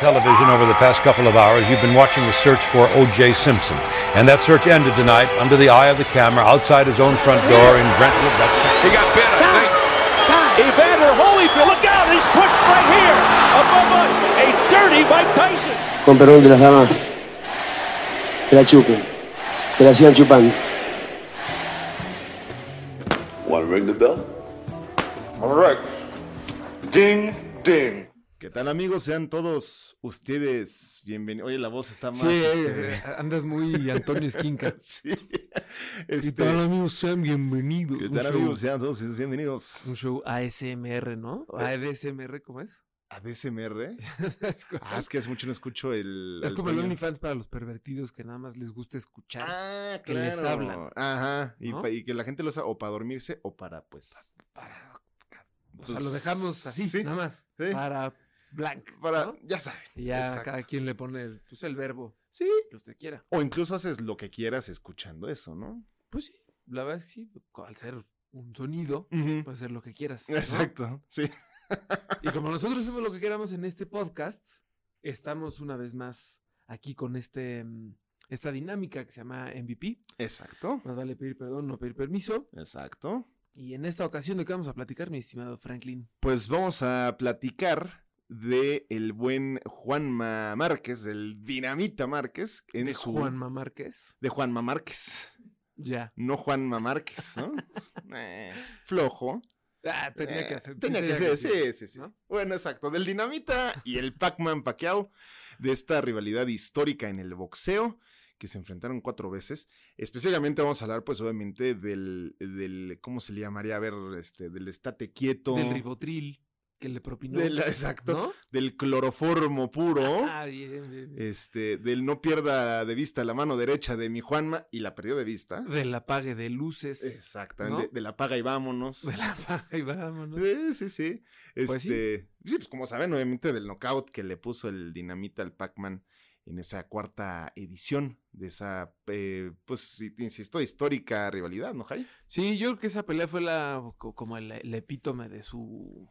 television over the past couple of hours, you've been watching the search for O.J. Simpson. And that search ended tonight under the eye of the camera outside his own front door in Brentwood. That's He got bit, I think. Evander Holyfield, look out, he's pushed right here above us. A dirty Mike Tyson. Con perdón de las damas. Que la chupen. Que la sigan chupando. Want to ring the bell? All right. Ding, ding. ¿Qué tal amigos? Sean todos ustedes bienvenidos. Oye, la voz está más... Sí, este, eh, andas muy Antonio Esquinca. sí. ¿Qué Este, tal, amigos? Sean bienvenidos. ¿Qué Un tal show- amigos? Sean todos ustedes bienvenidos Un show ASMR, ¿no? Ah, O ADSMR, ¿cómo es? a DSMR. es co- Ah, es que hace mucho no escucho el... es al como el Toño. OnlyFans para los pervertidos que nada más les gusta escuchar. Ah, que les claro. hablan, Ajá. Y, ¿no? pa- y que la gente lo usa o para dormirse o para, pues... para- o sea, pues, lo dejamos así, sí, nada más. sí. Para blank. Para... ¿no? Ya saben. Y ya exacto. cada quien le pone el, pues, el verbo Sí. que usted quiera. O incluso haces lo que quieras escuchando eso, ¿no? Pues sí, la verdad es que sí. Al ser un sonido, Ujú. puede ser lo que quieras. ¿no? Exacto. Pues, Sí. Y como nosotros hacemos lo que queramos en este podcast, estamos una vez más aquí con este, mm, esta dinámica que se llama MVP. Exacto. Más vale pedir perdón, no pedir permiso. Exacto. Y en esta ocasión, ¿de qué vamos a platicar, mi estimado Franklin? Pues vamos a platicar de el buen Juanma Márquez, del Dinamita Márquez, en De su- Juanma Márquez. de Juanma Márquez, Ya. no Juanma Márquez, ¿no? Eh, flojo. Ah, tenía que Eh, hacer. Tenía que ser, sí, decir, sí, sí. ¿no? Bueno, exacto. Del Dinamita y el Pac-Man Pacquiao, de esta rivalidad histórica en el boxeo, que se enfrentaron cuatro veces. Especialmente vamos a hablar, pues, obviamente, del, del ¿cómo se le llamaría? A ver, este, del estate quieto. Del ribotril que le propinó. Del- exacto. ¿No? Del cloroformo puro. Ah, bien, bien, bien. Este, del no pierda de vista la mano derecha de mi Juanma y la perdió de vista. Del apague de luces. Exactamente. ¿No? De la paga y vámonos. Del apague y vámonos. Sí, sí, sí. Este, Pues sí. sí. pues como saben, obviamente del knockout que le puso el Dinamita al Pac-Man en esa cuarta edición de esa, eh, pues, sí, insisto, histórica rivalidad, ¿no, Jai? Sí, yo creo que esa pelea fue la co- como el, el epítome de su.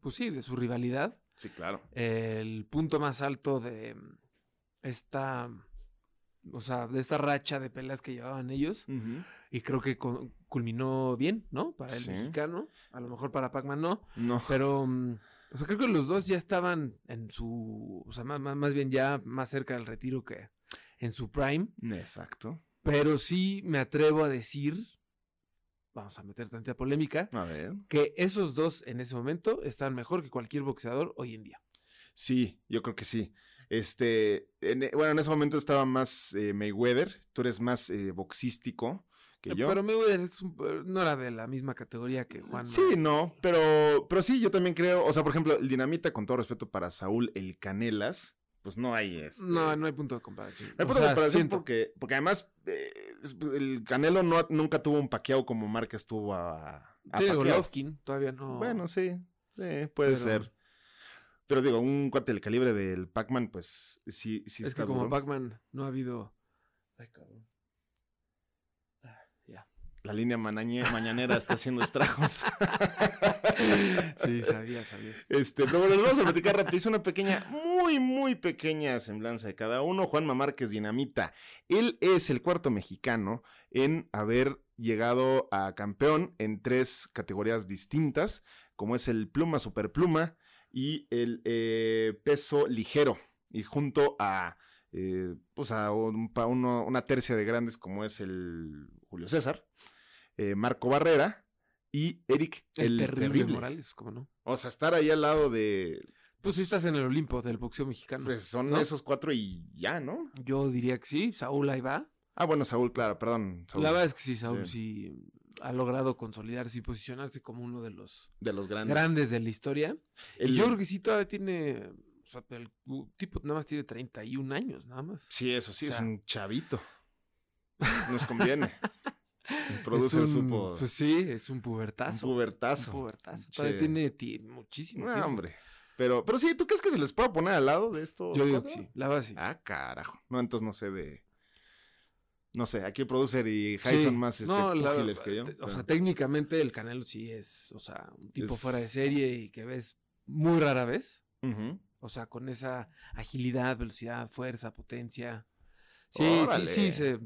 Pues sí, de su rivalidad. Sí, claro. El punto más alto de mm, esta. mm, O sea, de esta racha de peleas que llevaban ellos. Y creo que cu- culminó bien, ¿no? Para el Sí. mexicano. A lo mejor para Pac-Man no. No. Pero. mm, o sea, creo que los dos ya estaban en su. O sea, más, más- más bien ya más cerca del retiro que en su prime. Exacto. Pero sí me atrevo a decir. Vamos a meter tanta polémica A ver. que esos dos en ese momento están mejor que cualquier boxeador hoy en día. Sí, yo creo que sí. Este, en e- bueno, en ese momento estaba más eh, Mayweather, tú eres más eh, boxístico que Eh, yo. Pero Mayweather es un- eh, no era de la misma categoría que Juan. Sí, no, pero, pero sí, yo también creo, o sea, por ejemplo, el Dinamita, con todo respeto para Saúl el Canelas, pues no hay este... No, no hay punto de comparación. No hay O punto de sea, comparación siento- porque, porque además eh, es- el Canelo no, ha- nunca tuvo un paqueado como Márquez tuvo a, a Sí, Pacquiao. digo, Golovkin todavía no. Bueno, sí, sí, puede Pero- ser. Pero digo, un cuate del calibre del Pac-Man, pues sí, sí es está que como duro. Pac-Man no ha habido. Ay, cabrón. La línea manañe- mañanera está haciendo estragos. Sí, sabía, sabía. Este, pero bueno, les vamos a platicar rapidísimo una pequeña, muy, muy pequeña semblanza de cada uno. Juanma Márquez Dinamita. Él es el cuarto mexicano en haber llegado a campeón en tres categorías distintas, como es el pluma, superpluma y el eh, peso ligero. Y junto a, eh, pues a un- pa- uno- una tercia de grandes como es el Julio César, eh, Marco Barrera y Eric El, el, terrible, Terrible. Morales, ¿cómo no? O sea, estar ahí al lado de. Pues sí estás en el Olimpo del boxeo mexicano. Pues son Ah, ¿no? esos cuatro y ya, ¿no? Yo diría que sí, Saúl ahí va. Ah, bueno, Saúl, claro, perdón. Saúl, La verdad es que sí, Saúl sí. mm, ha logrado consolidarse y posicionarse como uno de los De los grandes. grandes de la historia. Y El- yo creo que sí todavía tiene, o sea, el cu- tipo nada más tiene 31 años, nada más. Sí, eso sí, o es sea- un chavito. Nos conviene. El producer Es un- supo. Pues sí, es un un pubertazo. pubertazo. Un pubertazo. Todavía Che. tiene ti- muchísimo No, tiempo. hombre. Pero, pero sí, ¿tú crees que se les pueda poner al lado de esto? Yo digo que sí, la base. Ah, carajo. No, entonces no sé de. No sé, aquí el producer y Jason más este, púgiles que yo. O pero- sea, técnicamente el Canelo sí es, o sea, un tipo Es- fuera de serie y que ves muy rara vez. Ujú. O sea, con esa agilidad, velocidad, fuerza, potencia. Sí, Órale. sí, sí, se,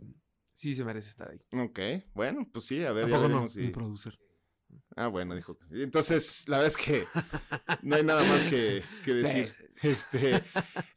sí se merece estar ahí. Ok, bueno, pues sí, a ver, ya Tampoco no, veremos si... mi producer. Ah, bueno, dijo que sí. Entonces, la verdad es que no hay nada más que, que decir. Sí, Este,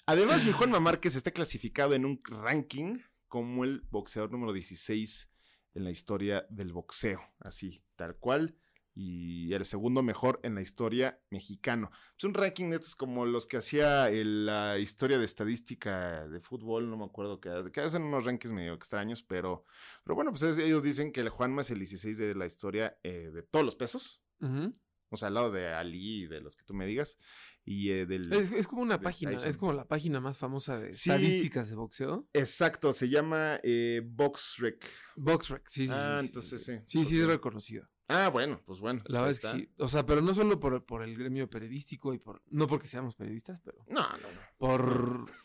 además, mi Juanma Márquez está clasificado en un ranking como el boxeador número 16 en la historia del boxeo, así, tal cual, y el segundo mejor en la historia mexicano. Es un ranking de estos como los que hacía el- la historia de estadística de fútbol, no me acuerdo qué, hace- que hacen unos rankings medio extraños, pero, pero bueno, pues es- ellos dicen que el Juanma es el 16 de la historia eh, de todos los pesos. Ujú. O sea, al lado de Ali y de los que tú me digas. Y eh, del. es, es como una de página, Tyson. es como la página más famosa de Sí. estadísticas de boxeo. Exacto, se llama eh, Boxrec. BoxRec, sí, sí. Ah, sí, sí, entonces sí. sí. Sí, sí, Ok. es reconocido. Ah, bueno, pues bueno. La pues verdad es ahí que sí. O sea, pero no solo por, por el gremio periodístico y por. No porque seamos periodistas, pero. está. No, no, no. Por.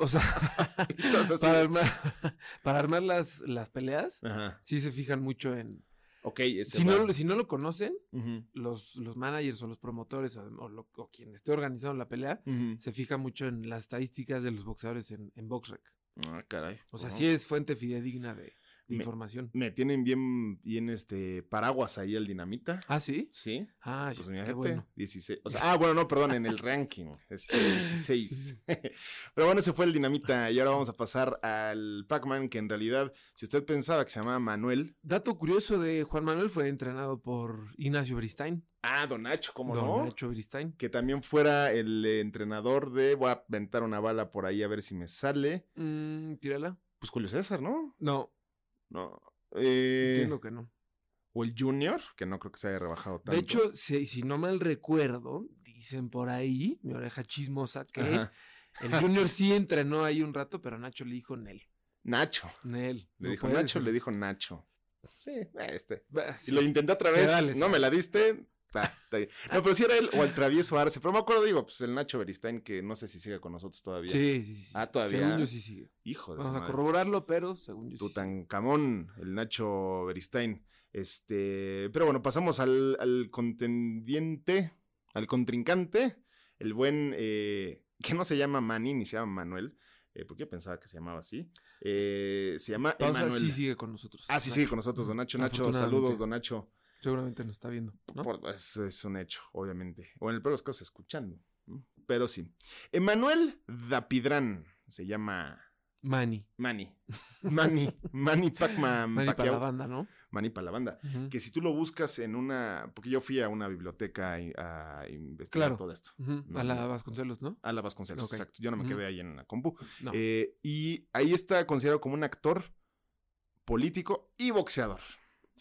O sea, O sea, sí. para armar, para armar las, las peleas, Ajá. sí se fijan mucho en. Ok, ese Si va. no, si no lo conocen, Ujú, los, los managers o los promotores o, o lo- o quien esté organizando la pelea, ujú. se fija mucho en las estadísticas de los boxeadores en, en BoxRec. Ah, caray. O sea, Ujú. sí es fuente fidedigna de, de Me- información. Me tienen bien, bien este paraguas ahí el dinamita. ¿Ah, sí? Sí. Ah, Pues ya, mi qué bueno. 16. O sea, ah, bueno, no, perdón, en el ranking. Este, 16. Pero bueno, ese fue el dinamita. Y ahora vamos a pasar al Pac-Man, que en realidad, si usted pensaba que se llamaba Manuel. Dato curioso de Juan Manuel fue entrenado por Ignacio Beristain. Ah, Don Nacho, ¿cómo don no? Nacho Beristain. Que también fuera el eh, entrenador de. Voy a aventar una bala por ahí a ver si me sale. Mm, tírala. Pues Julio César, ¿no? No, No. Eh, entiendo que no. o el Junior, que no creo que se haya rebajado tanto. De hecho, si, si no mal recuerdo, dicen por ahí, mi oreja chismosa, que Ajá. el Junior sí entrenó ahí un rato, pero Nacho le dijo Nel. Nacho. Nel. Le no dijo puedes. Nacho, le dijo Nacho. Sí, eh, este. Bah, Si sí. lo intenté otra Se vez, vale, se no me vale. la diste. ta, está bien. No, pero si era él o el travieso Arce. Pero me acuerdo, digo, pues el Nacho Beristain, que no sé si sigue con nosotros todavía. Sí, sí, sí, sí. Ah, todavía. Según yo sí sigue. Hijo de su Vamos a madre. corroborarlo, pero según yo sí sigue. Tutankamón, el Nacho Beristain. Este, pero bueno, pasamos al, al contendiente, al contrincante, el buen, eh, que no se llama Manny, ni se llama Manuel, eh, porque yo pensaba que se llamaba así. Eh, se llama Pausa, Emanuel. sí sigue con nosotros. Ah, sí, sí, con nosotros, don Nacho. Nacho, Afortunadamente. saludos, don Nacho. Seguramente nos está viendo, ¿no? Por- eso es un hecho, obviamente. O en el peor de los casos, escuchando. ¿no? Pero sí. Emanuel Dapidrán se llama Manny. Manny. Manny. Manny Manny Pacman. para la banda, ¿no? Manny para la banda. Ujú. Que si tú lo buscas en una. Porque yo fui a una biblioteca y- a investigar Claro. todo esto. Ujú, No, a la no. Vasconcelos, ¿no? A la Vasconcelos, Ok. exacto. Yo no me Ujú. quedé ahí en la compu. No. Eh, y ahí está considerado como un actor, político y boxeador.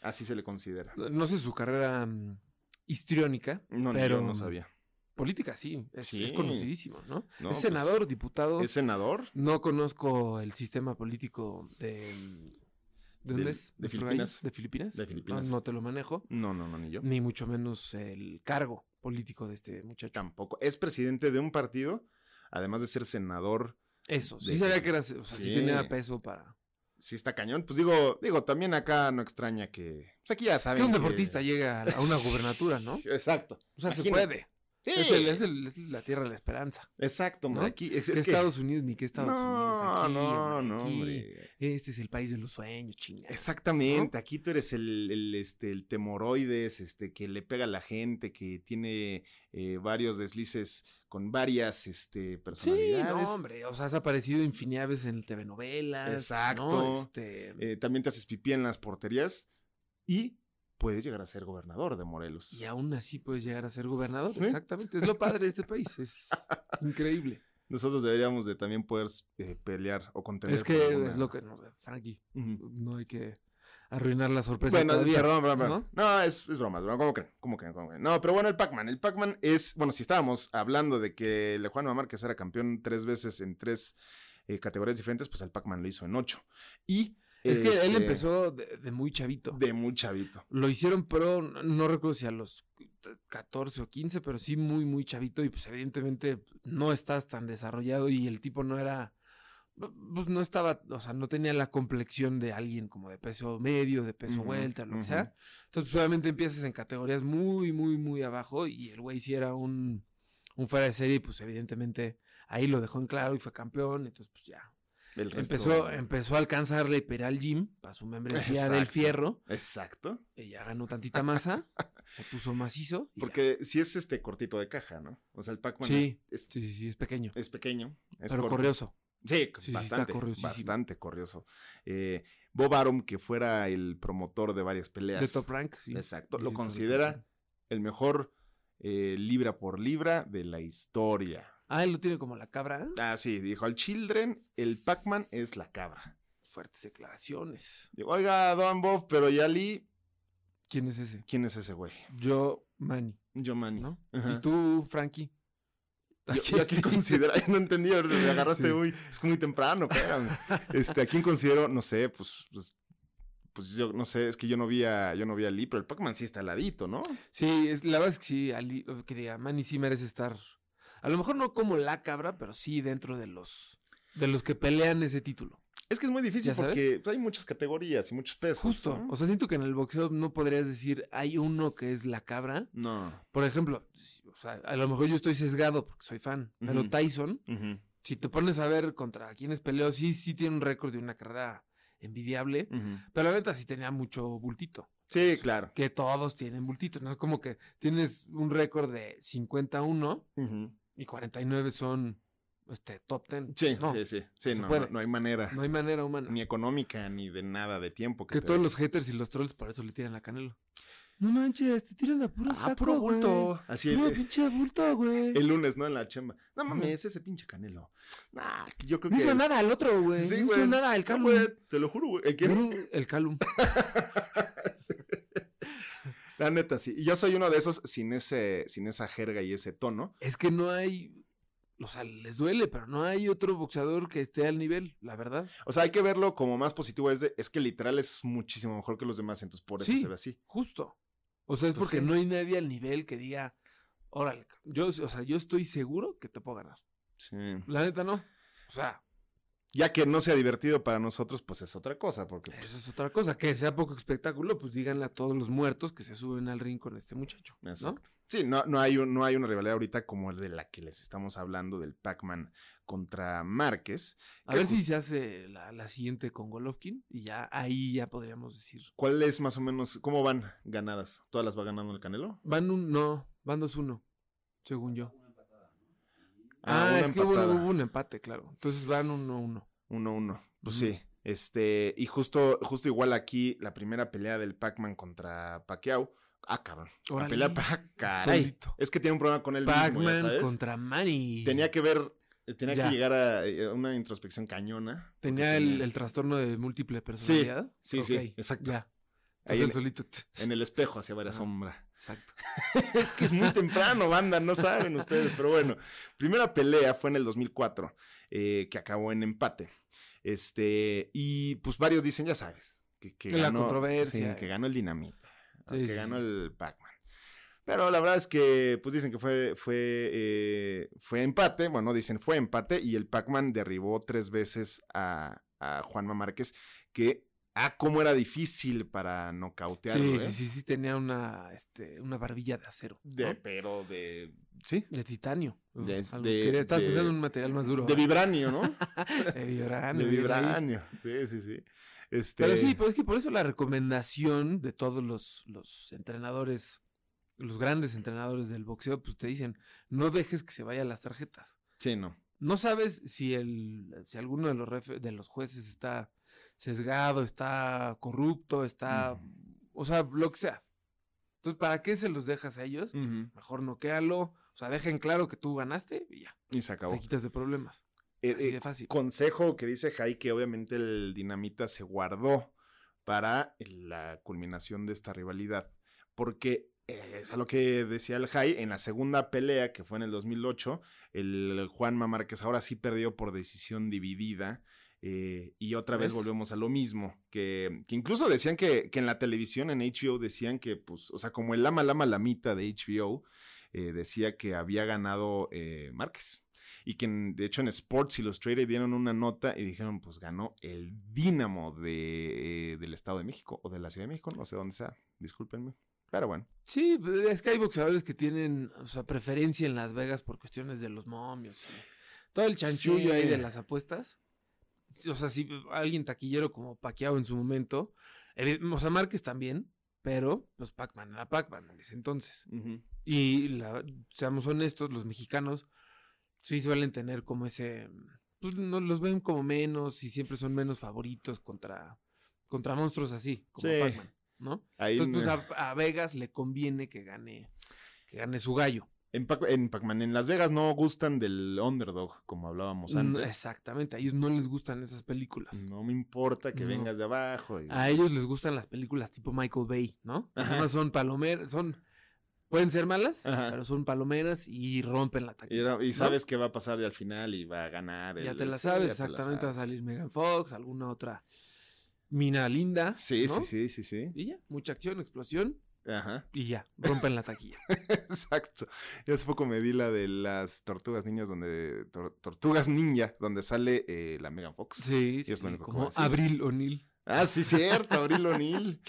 Así se le considera. No sé su carrera mm, histriónica, No, ni pero yo no sabía. política sí, es, Sí. es conocidísimo, ¿no? No, es pues, senador, diputado. ¿Es senador? No conozco el sistema político de. mm, ¿De dónde Del- es? de ¿Nuestro Filipinas. país? ¿De Filipinas? De Filipinas. No, no te lo manejo, No, no, no, ni yo. ni mucho menos el cargo político de este muchacho. Tampoco. Es presidente de un partido, además de ser senador. Eso, sí De sabía Fili- que era. O sea, sí. Sí. tenía peso para. Sí está cañón. Pues digo, digo, también acá no extraña que... Pues aquí ya saben Que un que- deportista llega a la- a una gubernatura, ¿no? Exacto. O sea, se Imagínate. puede. Sí. Es, el- es el- es la tierra de la esperanza. Exacto, hombre. ¿No? Aquí es, ¿Qué es que... Estados Unidos ni qué Estados Unidos. no, Aquí, no, hombre, no, aquí. hombre. Este es el país de los sueños, chinga. Exactamente, aquí tú eres el, el, este, el temoroides, este, que le pega a la gente, que tiene eh, varios deslices con varias este, Sí, personalidades. no, hombre. O sea, has aparecido infinidad de veces en el TV novelas. Exacto. ¿no? Este, Eh, también te haces pipí en las porterías y puedes llegar a ser gobernador de Morelos. y aún así puedes llegar a ser gobernador. ¿Sí? Exactamente. Es lo padre de este país. Es increíble. Nosotros deberíamos de también poder eh, pelear o contener. es que alguna- es lo que nos. Frankie, Ujú. no hay que arruinar la sorpresa. Bueno, todavía, perdón, perdón, perdón. ¿no? No, es, es broma, es broma. ¿Cómo creen? ¿Cómo creen? ¿Cómo creen? No, pero bueno, el Pac-Man. El Pac-Man es, bueno, si estábamos hablando de que el Juan Márquez era campeón tres veces en tres eh, categorías diferentes, pues el Pac-Man lo hizo en ocho. Y Es que él este, empezó de, de muy chavito. de muy chavito. Lo hicieron, pero no- no recuerdo si a los 14 o 15, pero sí muy, muy chavito. Y pues evidentemente no estás tan desarrollado y el tipo no era, pues no estaba, o sea, no tenía la complexión de alguien como de peso medio, de peso Ujú, vuelta, lo que ujú. sea. Entonces, pues obviamente empiezas en categorías muy, muy, muy abajo y el güey sí era un, un un fuera de serie, y pues evidentemente ahí lo dejó en claro y fue campeón, entonces pues ya. El resto- Empezó, empezó a alcanzarle Peral Jim para su membresía del Exacto. fierro, Exacto. ella eh, ganó tantita masa, se puso macizo. y ya. Porque si es este cortito de caja, ¿no? O sea, el Pac-Man Sí. es, es- Sí, sí, sí, es pequeño, es pequeño. es pero corto. corrioso. Sí, sí, está bastante, corriosísimo. bastante corrioso. Eh, Bob Arum, que fuera el promotor de varias peleas. De top rank, sí. Exacto. Director Lo de Top considera Rank. el mejor eh, libra por libra de la historia. Ah, él lo tiene como la cabra. Ah, sí, dijo al Children, el Pac-Man es la cabra. Fuertes declaraciones. Digo, oiga, Don Bob, pero Yali, ¿Quién es ese? ¿quién es ese güey? Yo, Manny, Yo, man. ¿no? Ajá. Y tú, Frankie. Yo, yo a quién considera, no entendí, ahorita me agarraste Sí. muy, es muy temprano, espérame. Este, ¿a quién considero? No sé, pues, pues, pues yo no sé, es que yo no vi a, yo no vi a Lee, pero el Pac-Man sí está al ladito, ¿no? Sí, es, la verdad es que sí, Ali, eh, que diga, Manny sí merece estar. A lo mejor no como la cabra, pero sí dentro de los de los que pelean ese título. Es que es muy difícil ¿Ya sabes? porque pues, hay muchas categorías y muchos pesos. Justo. ¿no? O sea, siento que en el boxeo no podrías decir hay uno que es la cabra. No. Por ejemplo, si- o sea, a lo mejor yo estoy sesgado porque soy fan, pero Ujú. Tyson, Ujú, si te pones a ver contra quiénes peleó, sí, sí tiene un récord de una carrera envidiable, ujú. pero la neta sí tenía mucho bultito. Sí, claro. que todos tienen bultitos, ¿no? Es como que tienes un récord de 51 Ujú. y 49 son este, top 10. Sí, no, sí, sí. Sí, se no, puede. no, no hay manera. no hay manera humana. Ni económica, ni de nada, de tiempo. que te todos dé. los haters y los trolls por eso le tiran la canela. No manches, te tiran a puro saco, Ah, puro güey. bulto. Así Puro eh, pinche bulto, güey. El lunes, ¿no? En la chamba. No Ujú. mames, ese pinche canelo. Ah, yo creo No que. hizo nada al otro, güey. Sí, no güey. hizo nada al No, Calum. güey, te lo juro, güey. El que- Era un- El Calum. La neta, sí. Y Yo soy uno de esos sin ese, sin esa jerga y ese tono. Es que no hay... O sea, les duele, pero no hay otro boxeador que esté al nivel, la verdad. O sea, hay que verlo como más positivo. Es, de- es que literal es muchísimo mejor que los demás, entonces por eso Sí. se ve así. Justo. O sea, es Pues porque sí. no hay nadie al nivel que diga, órale, ca- yo, o sea, yo estoy seguro que te puedo ganar. Sí. La neta no. O sea, Ya que no sea divertido para nosotros, pues es otra cosa, porque pues, eso es otra cosa. Que sea poco espectáculo, pues díganle a todos los muertos que se suben al ring con este muchacho. ¿no? Exacto. sí, no, no, hay un- no hay una rivalidad ahorita como de la que les estamos hablando del Pac-Man contra Márquez. A Que ver si jus- se hace la, la siguiente con Golovkin y ya ahí ya podríamos decir. ¿Cuál es más o menos, cómo van ganadas? ¿Todas las va ganando el Canelo? Van un, no, van dos uno, según yo. Ah, Ah, una es que hubo, empatada. hubo un empate, claro. Entonces van uno uno. 1-1. Pues Ujú. sí. Este, y justo, justo igual aquí, la primera pelea del Pac-Man contra Pacquiao. Ah, cabrón. Órale. La pelea, pa, caray. Solito. Es que tiene un problema con él mismo, ya Pac-Man sabes. contra Manny. Tenía que ver, eh, tenía Ya. que llegar a eh, a una introspección cañona. porque ¿Tenía el, el trastorno de múltiple personalidad? sí, sí, Ok, exacto. Ya. Ahí Entonces en- el solito. En el espejo hacia varias Ah. sombras. Exacto. es que es muy temprano, banda, no saben ustedes, pero bueno. Primera pelea fue en el 2004, eh, que acabó en empate. Este, y pues varios dicen, ya sabes, que, que Que la controversia. sí, que ganó el Dinamita, Sí, que sí, ganó sí. el Pac-Man. Pero la verdad es que, pues dicen que fue, fue, eh, fue empate, bueno, dicen fue empate, y el Pac-Man derribó tres veces a, a Juanma Márquez, que, ah, cómo era difícil para nocautearlo, Sí, ¿eh? sí, sí, sí, tenía una, este, una barbilla de acero. ¿no? De- De, pero de, sí, titanio. Uh, De- algo de- que estás de- pensando en un material más duro. ¿eh? De vibranio, ¿no? ¿verdad? De vibranio. de bien ahí. vibranio. Sí, sí, sí. Este, Pero sí, pues, pero es que por eso la recomendación de todos los, los entrenadores, los grandes entrenadores del boxeo, pues te dicen, no dejes que se vayan las tarjetas. Sí, no. No sabes si el si alguno de los refe- de los jueces está sesgado, está corrupto, está o sea, lo que sea. Entonces, ¿para qué se los dejas a ellos? Mm. Mejor noquéalo, o sea, dejen claro que tú ganaste y ya, Y se acabó. te quitas de problemas. Eh, Así eh, de fácil. consejo que dice Jai que obviamente el dinamita se guardó para la culminación de esta rivalidad. Porque eh, es a lo que decía el Jai, en la segunda pelea que fue en el 2008, el Juanma Márquez ahora sí perdió por decisión dividida. eh, y otra vez ¿Ves? volvemos a lo mismo, que, que incluso decían que, que en la televisión, en HBO, decían que, pues, o sea, como el ama lama lamita de HBO, eh, decía que había ganado eh, Márquez y que en- de hecho en Sports Illustrated dieron una nota y dijeron, pues ganó el Dínamo de, eh, del Estado de México o de la Ciudad de México, no sé dónde sea, discúlpenme. Pero bueno. Sí, pues, es que hay boxeadores que tienen o sea, preferencia en Las Vegas por cuestiones de los momios. y todo el Sí. chanchullo ahí de las apuestas. O sea, si alguien taquillero como Paquiao en su momento, eh, o sea, Márquez también, pero pues Pac-Man era Pac-Man en ese entonces. Ujú. Y la- seamos honestos, los mexicanos sí suelen tener como ese. Pues no los ven como menos y siempre son menos favoritos contra, contra monstruos así, como Sí. Pac-Man, ¿no? Ahí Entonces, pues en- a, a Vegas le conviene que gane, que gane su gallo. en, Pac- en Pac-Man, en Las Vegas no gustan del underdog, como hablábamos Mm, antes. Exactamente, a ellos no les gustan esas películas. No me importa que No. vengas de abajo. y- A ellos les gustan las películas tipo Michael Bay, ¿no? Que Ajá. Además son palomeras, son, pueden ser malas, Ajá. pero son palomeras y rompen la Y, taquilla. era- y ¿no? sabes que va a pasar y al final y va a ganar. Ya el- te la sí, ya sabes, te la exactamente va a sabes. salir Megan Fox, alguna otra mina linda. Sí, ¿no? sí, sí, sí, sí. Y ya, mucha acción, explosión Ajá, y ya, rompen la taquilla. exacto. Y hace poco me di la de las tortugas niñas donde... tor- tortugas ninja, donde sale eh, la Megan Fox. Sí, sí, sí, es lo único que voy a como decir. Abril O'Neill. Ah, sí, cierto, Abril O'Neill.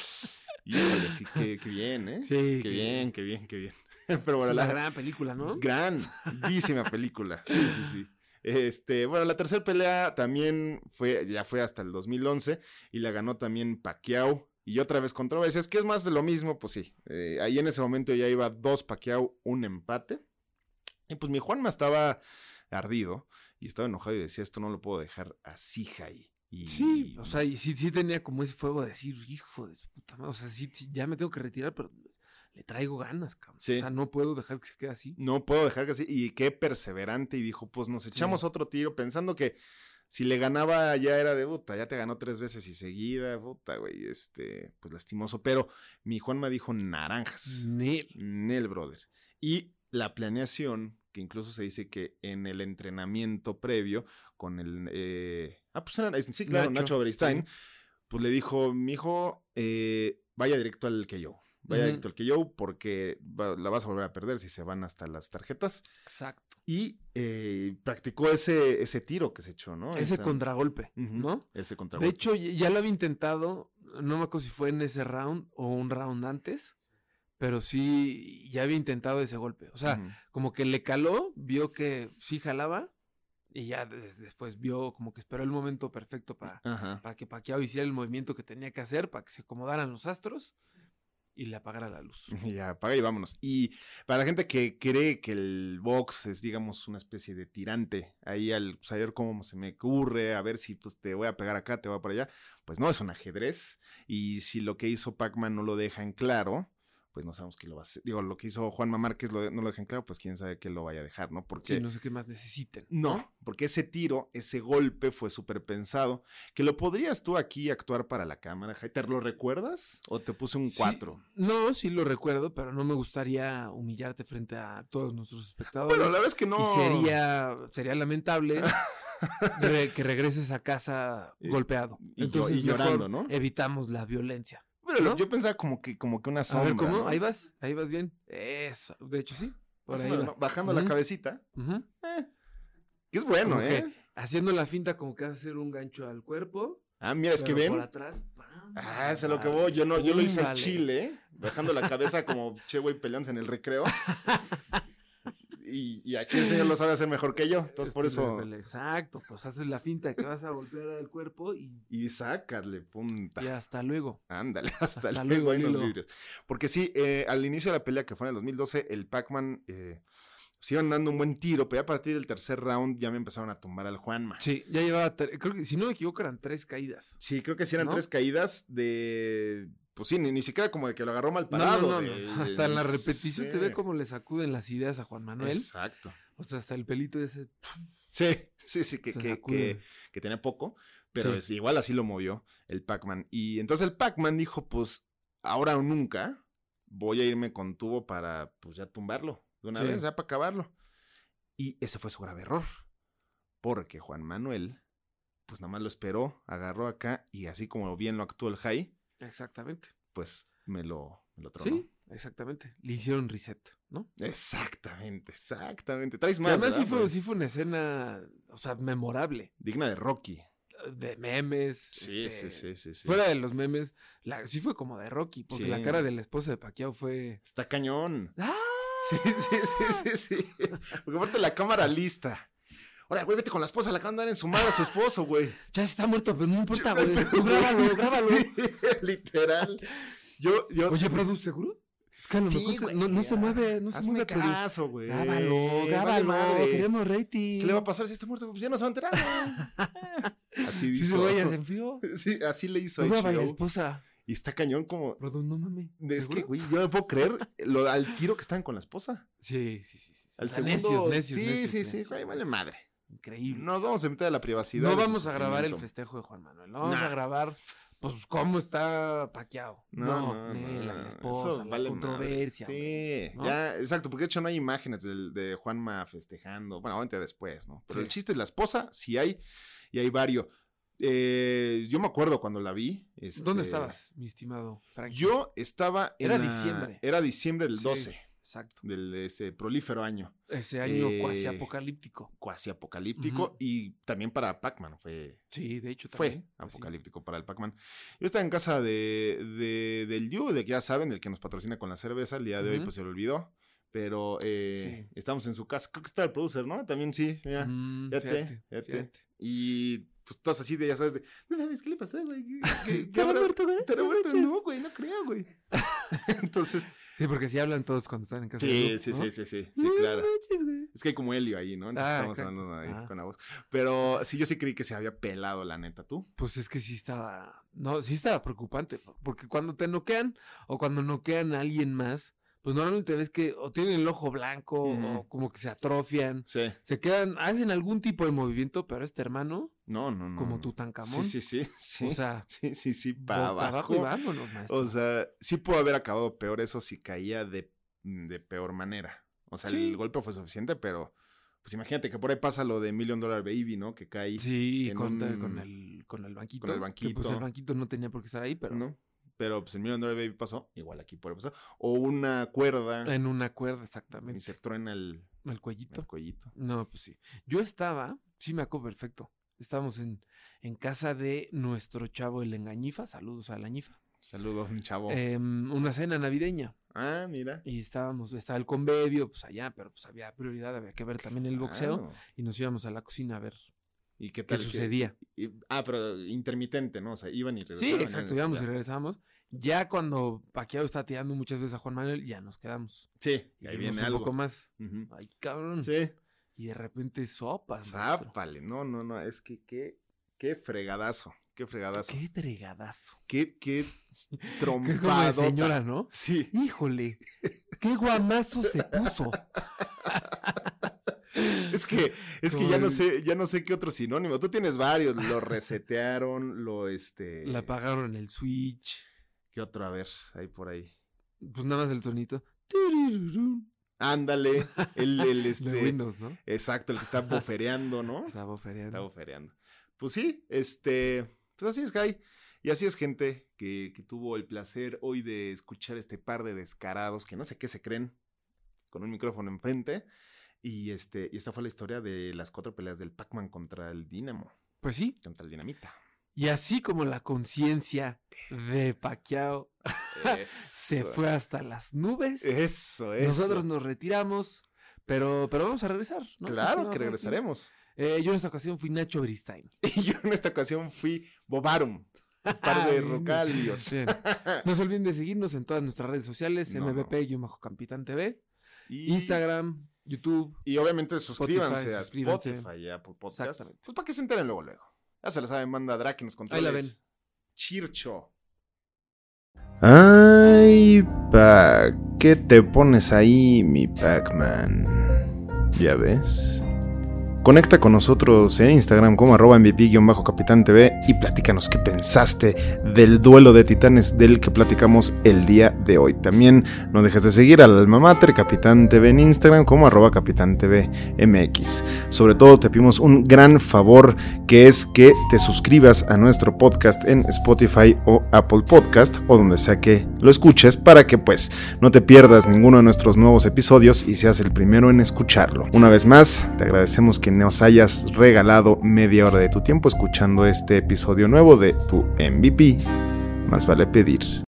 Híjole, sí, qué, qué bien, ¿eh? Sí, Qué qué bien, qué bien, qué bien. Pero Es bueno, una la, gran película, ¿no? Grandísima película. Sí, sí, sí. Este, bueno, la tercera pelea también fue, ya fue hasta el 2011 y la ganó también Pacquiao y otra vez controversias, que es más de lo mismo, pues sí. Eh, ahí en ese momento ya iba dos Pacquiao, un empate. Y pues mi Juanma estaba ardido y estaba enojado y decía, esto no lo puedo dejar así, Jai. Y- Sí, o sea, y sí, sí tenía como ese fuego de decir, hijo de su puta madre, o sea, sí, sí, ya me tengo que retirar, pero le traigo ganas, cabrón. Sí. O sea, no puedo dejar que se quede así. no puedo dejar que así. Y qué perseverante. Y dijo, pues nos echamos otro tiro pensando que si le ganaba ya era de puta, ya te ganó tres veces y seguida, puta, güey, este, pues lastimoso. Pero mi Juanma dijo naranjas. Nel. Nel, brother. Y la planeación, que incluso se dice que en el entrenamiento previo con el... eh, ah, pues era- sí, claro, Nacho, Nacho, Beristain, pues le dijo, mi hijo, eh, vaya directo al que yo. Vaya Ujú. directo al que yo porque va- la vas a volver a perder si se van hasta las tarjetas. Exacto. Y eh, practicó ese, ese tiro que se echó, ¿no? Ese Esa- contragolpe, Ujú, ¿no? Ese contra. De hecho, ya ya lo había intentado, no me acuerdo si fue en ese round o un round antes, pero sí, ya había intentado ese golpe. O sea, como que le caló, vio que sí jalaba y ya des- después vio como que esperó el momento perfecto para, Ajá. para que Pacquiao hiciera el movimiento que tenía que hacer, para que se acomodaran los astros y le apagara la luz. Y Ya, apaga y vámonos. Y para la gente que cree que el box es, digamos, una especie de tirante, ahí al saber cómo se me ocurre, a ver si pues, te voy a pegar acá, te voy a para allá, pues no, es un ajedrez. Y si lo que hizo Pac-Man no lo dejan claro, pues no sabemos qué lo va a hacer. Digo, lo que hizo Juanma Márquez lo- no lo dejan claro, pues quién sabe qué lo vaya a dejar, ¿no? Porque Sí, no sé qué más necesiten. no, porque ese tiro, ese golpe fue súper pensado. Que lo podrías tú aquí actuar para la cámara, Jaiter. ¿Lo recuerdas? ¿O te puse un Sí, 4? No, sí lo recuerdo, pero no me gustaría humillarte frente a todos nuestros espectadores. Bueno, la verdad es que no. Y sería, sería lamentable re- que regreses a casa Y- golpeado. y llo- y llorando, mejor ¿no? Evitamos la violencia. Pero lo- ¿no? yo pensaba como que, como que una A sombra. ver cómo, ¿no? ahí vas, ahí vas bien. Eso, de hecho sí, por Más o ahí menos, va. ¿no? Bajando la Ujú. cabecita. Ujú. Que es bueno, Como ¿eh? que Haciendo la finta como que vas a hacer un gancho al cuerpo. Ah, mira, es que pero ven. Por atrás. ¡pam! Ah, es a lo que voy. Yo no, yo lo hice en Úndale. Chile, ¿eh? bajando la cabeza como che, güey, peleándose en el recreo. Y, y aquí el señor lo sabe hacer mejor que yo. Entonces, por Este, eso. Exacto, pues haces la finta que vas a golpear al cuerpo y, Y sácale, punta. y hasta luego. Ándale, hasta, Hasta luego luego, ahí en los Lilo. vidrios. Porque sí, eh, al inicio de la pelea que fue en el 2012, el Pac-Man eh, se iban dando un buen tiro, pero ya a partir del tercer round ya me empezaron a tumbar al Juanma. Sí, Sí, ya llevaba, tre- creo que si no me equivoco eran tres caídas. creo que sí eran ¿No? tres caídas de. Pues sí, ni, ni siquiera como de que lo agarró mal No, parado. no, no, de- no, Hasta en la sí. repetición se ve cómo le sacuden las ideas a Juan Manuel. Exacto. O sea, hasta el pelito de ese. Sí, sí, sí, que, se que, sacude. que, que tenía poco, pero Sí. es- igual así lo movió el Pac-Man. Y entonces el Pac-Man dijo, pues ahora o nunca voy a irme con tubo para pues ya tumbarlo de una Sí. vez, ya para acabarlo. Y ese fue su grave error, porque Juan Manuel, pues nada más lo esperó, agarró acá y así como bien lo actuó el Jai, Exactamente. pues me lo, me lo tronó. Sí, exactamente. Le hicieron reset, ¿no? Exactamente, exactamente. Traes Que más, además sí ¿verdad, Pues. fue, güey? sí fue una escena, o sea, memorable. digna de Rocky. de memes. Sí, este, sí, sí, sí, sí. Fuera de los memes, la, sí fue como de Rocky, porque Sí. la cara de la esposa de Pacquiao fue. Está cañón. ¡Ah! Sí, sí, sí, sí, sí. Porque aparte la cámara lista. Ahora, güey, vete con la esposa, la acaban de dar en su madre a su esposo, güey. Ya está muerto, pero no importa, güey. Tú grábalo, grábalo. Sí, Literal. Yo, yo. Oye, produ, ¿seguro? Es que a lo Sí, mejor se- güey, no, no se ya. mueve, no se hazme mueve, produ. caso, güey. Grábalo, Vale grábalo. madre. Queremos rating. ¿Qué le va a pasar si está muerto? Pues ya no se va a enterar. güey. así Sí, dijo. se vaya, se enfrió. Sí, así le hizo Tú graba a pues. la HBO. esposa. Y está cañón como. Produ, no mames. Es que, ¿Seguro? güey, yo no puedo creer lo, al tiro que están con la esposa. Sí, sí, sí. sí. Al O sea, segundo. Necios, necios, sí, sí, necios, sí, necios, güey, vale necios. madre. Increíble. Nos vamos a meter a la privacidad. de No su vamos a grabar el sufrimiento. festejo de Juan Manuel. Vamos Nah. a grabar, pues, cómo está paqueado. No, No, no, ni no, la, no, la eso esposa, vale la madre. controversia. hombre. Sí, ¿no? ya, exacto, porque de hecho no hay imágenes del- de, Juanma festejando, bueno, obviamente después, ¿no? Pero Sí. el chiste es la esposa, sí hay, y hay varios. Eh, yo me acuerdo cuando la vi. este, ¿Dónde estabas, mi estimado Frankie? Yo estaba en Era la- diciembre. Era diciembre del Sí. 12, Exacto. del ese prolífero año, Ese año Eh, cuasi apocalíptico. cuasi apocalíptico, Ujú. y también para Pac-Man fue Sí, de hecho fue también. pues sí. apocalíptico para el Pac-Man. Yo estaba en casa de, de- del Yu, de que ya saben, el que nos patrocina con la cerveza. El día de hoy, Ujú. pues se lo olvidó. Pero eh, Sí. estamos en su casa. Creo que está el producer, ¿no? También sí, mira. Mm, Ya te, fíjate, ya te. fíjate. Y pues todos así de, ya sabes, de. No mames, ¿qué le pasó, güey? ¿Qué- qué- qué Estará habrá- muerto, güey, estará no muerto? manches. No, güey, no creo, güey. Entonces. Sí, porque sí hablan todos cuando están en casa. Sí, de sí, Lu, sí, ¿no? sí, sí, sí, No claro. manches, güey. Es que hay como helio ahí, ¿no? Entonces Ah, estamos exacto. hablando ahí Ajá. con la voz. Pero sí, yo sí creí que se había pelado, la neta, tú. Pues es que sí estaba, no, sí estaba preocupante, po- porque cuando te noquean o cuando noquean a alguien más, pues normalmente ves que o tienen el ojo blanco Ujú. o como que se atrofian, Sí. se quedan, hacen algún tipo de movimiento, pero este hermano, No, no, no. como no. Tutankamón, Sí, sí, sí. sí. o sea, sí, sí, sí, para boca abajo. abajo y vámonos, maestro. O sea, sí pudo haber acabado peor eso si caía de, mm, de peor manera. O sea, Sí. el golpe fue suficiente, pero pues imagínate que por ahí pasa lo de Million Dollar Baby, ¿no? Que cae. sí, en con, un- con el, con el banquito, con el que, pues banquito. el banquito no tenía por qué estar ahí, pero ¿no? Pero pues el Million Dollar Baby pasó, igual aquí puede pasar. O una cuerda en una cuerda y exactamente, se truena el, el el cuellito. cuellito. No, pues sí. Yo estaba, sí me acuerdo perfecto. Estábamos en, en casa de nuestro chavo el engañifa, saludos a la ñifa. Saludos, un chavo. Em, una cena navideña. ah, mira. Y estábamos, estaba el convivio, pues allá, pero pues había prioridad, había que ver también el boxeo. Claro. Y nos íbamos a la cocina a ver Ah, ¿Y qué qué tal? que- sucedía. y- ah, pero intermitente, ¿no? O sea, iban y Sí, regresaban. exacto, íbamos y regresamos. Ya cuando Paquiao está tirando muchas veces a Juan Manuel, ya nos quedamos. Sí, Y ahí vimos viene un algo. poco más. Ujú. Ay, cabrón. Sí. Y de repente sopas. Mm. Ah, maestro. Zápale, no, no, no, es que qué, qué fregadazo, qué fregadazo, Qué fregadazo. qué, qué Que es como de trompado. señora, ¿no? Sí, Híjole, qué guamazo se puso. es que, es que Como ya no el- sé, ya no sé qué otro sinónimo. Tú tienes varios, lo resetearon, lo este. La apagaron el switch. ¿Qué otro? A ver, ahí por ahí. Pues nada más el sonito. Turururum, Ándale, el, el De este. Windows, ¿no? Exacto, el que está bofereando, ¿no? Estaba Está bofereando. bofereando. Pues sí, este, pues así es, Jai. Y así es, gente, que, que tuvo el placer hoy de escuchar este par de descarados que no sé qué se creen, con un micrófono enfrente. Y este, y esta fue la historia de las cuatro peleas del Pac-Man contra el Dinamo, Pues sí. contra el Dinamita. Y así como la conciencia de Paquiao se fue hasta las nubes, Eso, eso. nosotros nos retiramos, pero, pero vamos a regresar, Claro ¿no? que Estimado Frankie. regresaremos. Eh, yo en esta ocasión fui Nacho Beristain. Y yo en esta ocasión fui Bobarum, un par de Bien. rocalios. Bien. No se olviden de seguirnos en todas nuestras redes sociales, No, no. MVP-Capitán TV. Y- Instagram, YouTube. Y obviamente suscríbanse a suscríbanse. Spotify y a Apple Podcast. Exactamente. Pues para que se enteren luego, luego. Ya se la saben, manda Drake nos controles. Ahí la ven. Chircho. Ay, pa, ¿qué te pones ahí, mi Pac-Man? Ya ves. Conecta con nosotros en Instagram como arroba MVP-Capitán TV y platícanos qué pensaste del duelo de titanes del que platicamos el día de hoy. También no dejes de seguir al alma mater Capitán TV en Instagram como arroba Capitán TV MX. Sobre todo te pedimos un gran favor que es que te suscribas a nuestro podcast en Spotify o Apple Podcast o donde sea que lo escuches para que pues no te pierdas ninguno de nuestros nuevos episodios y seas el primero en escucharlo. Una vez más, te agradecemos que nos hayas regalado media hora de tu tiempo escuchando este episodio nuevo de tu MVP. Más vale pedir.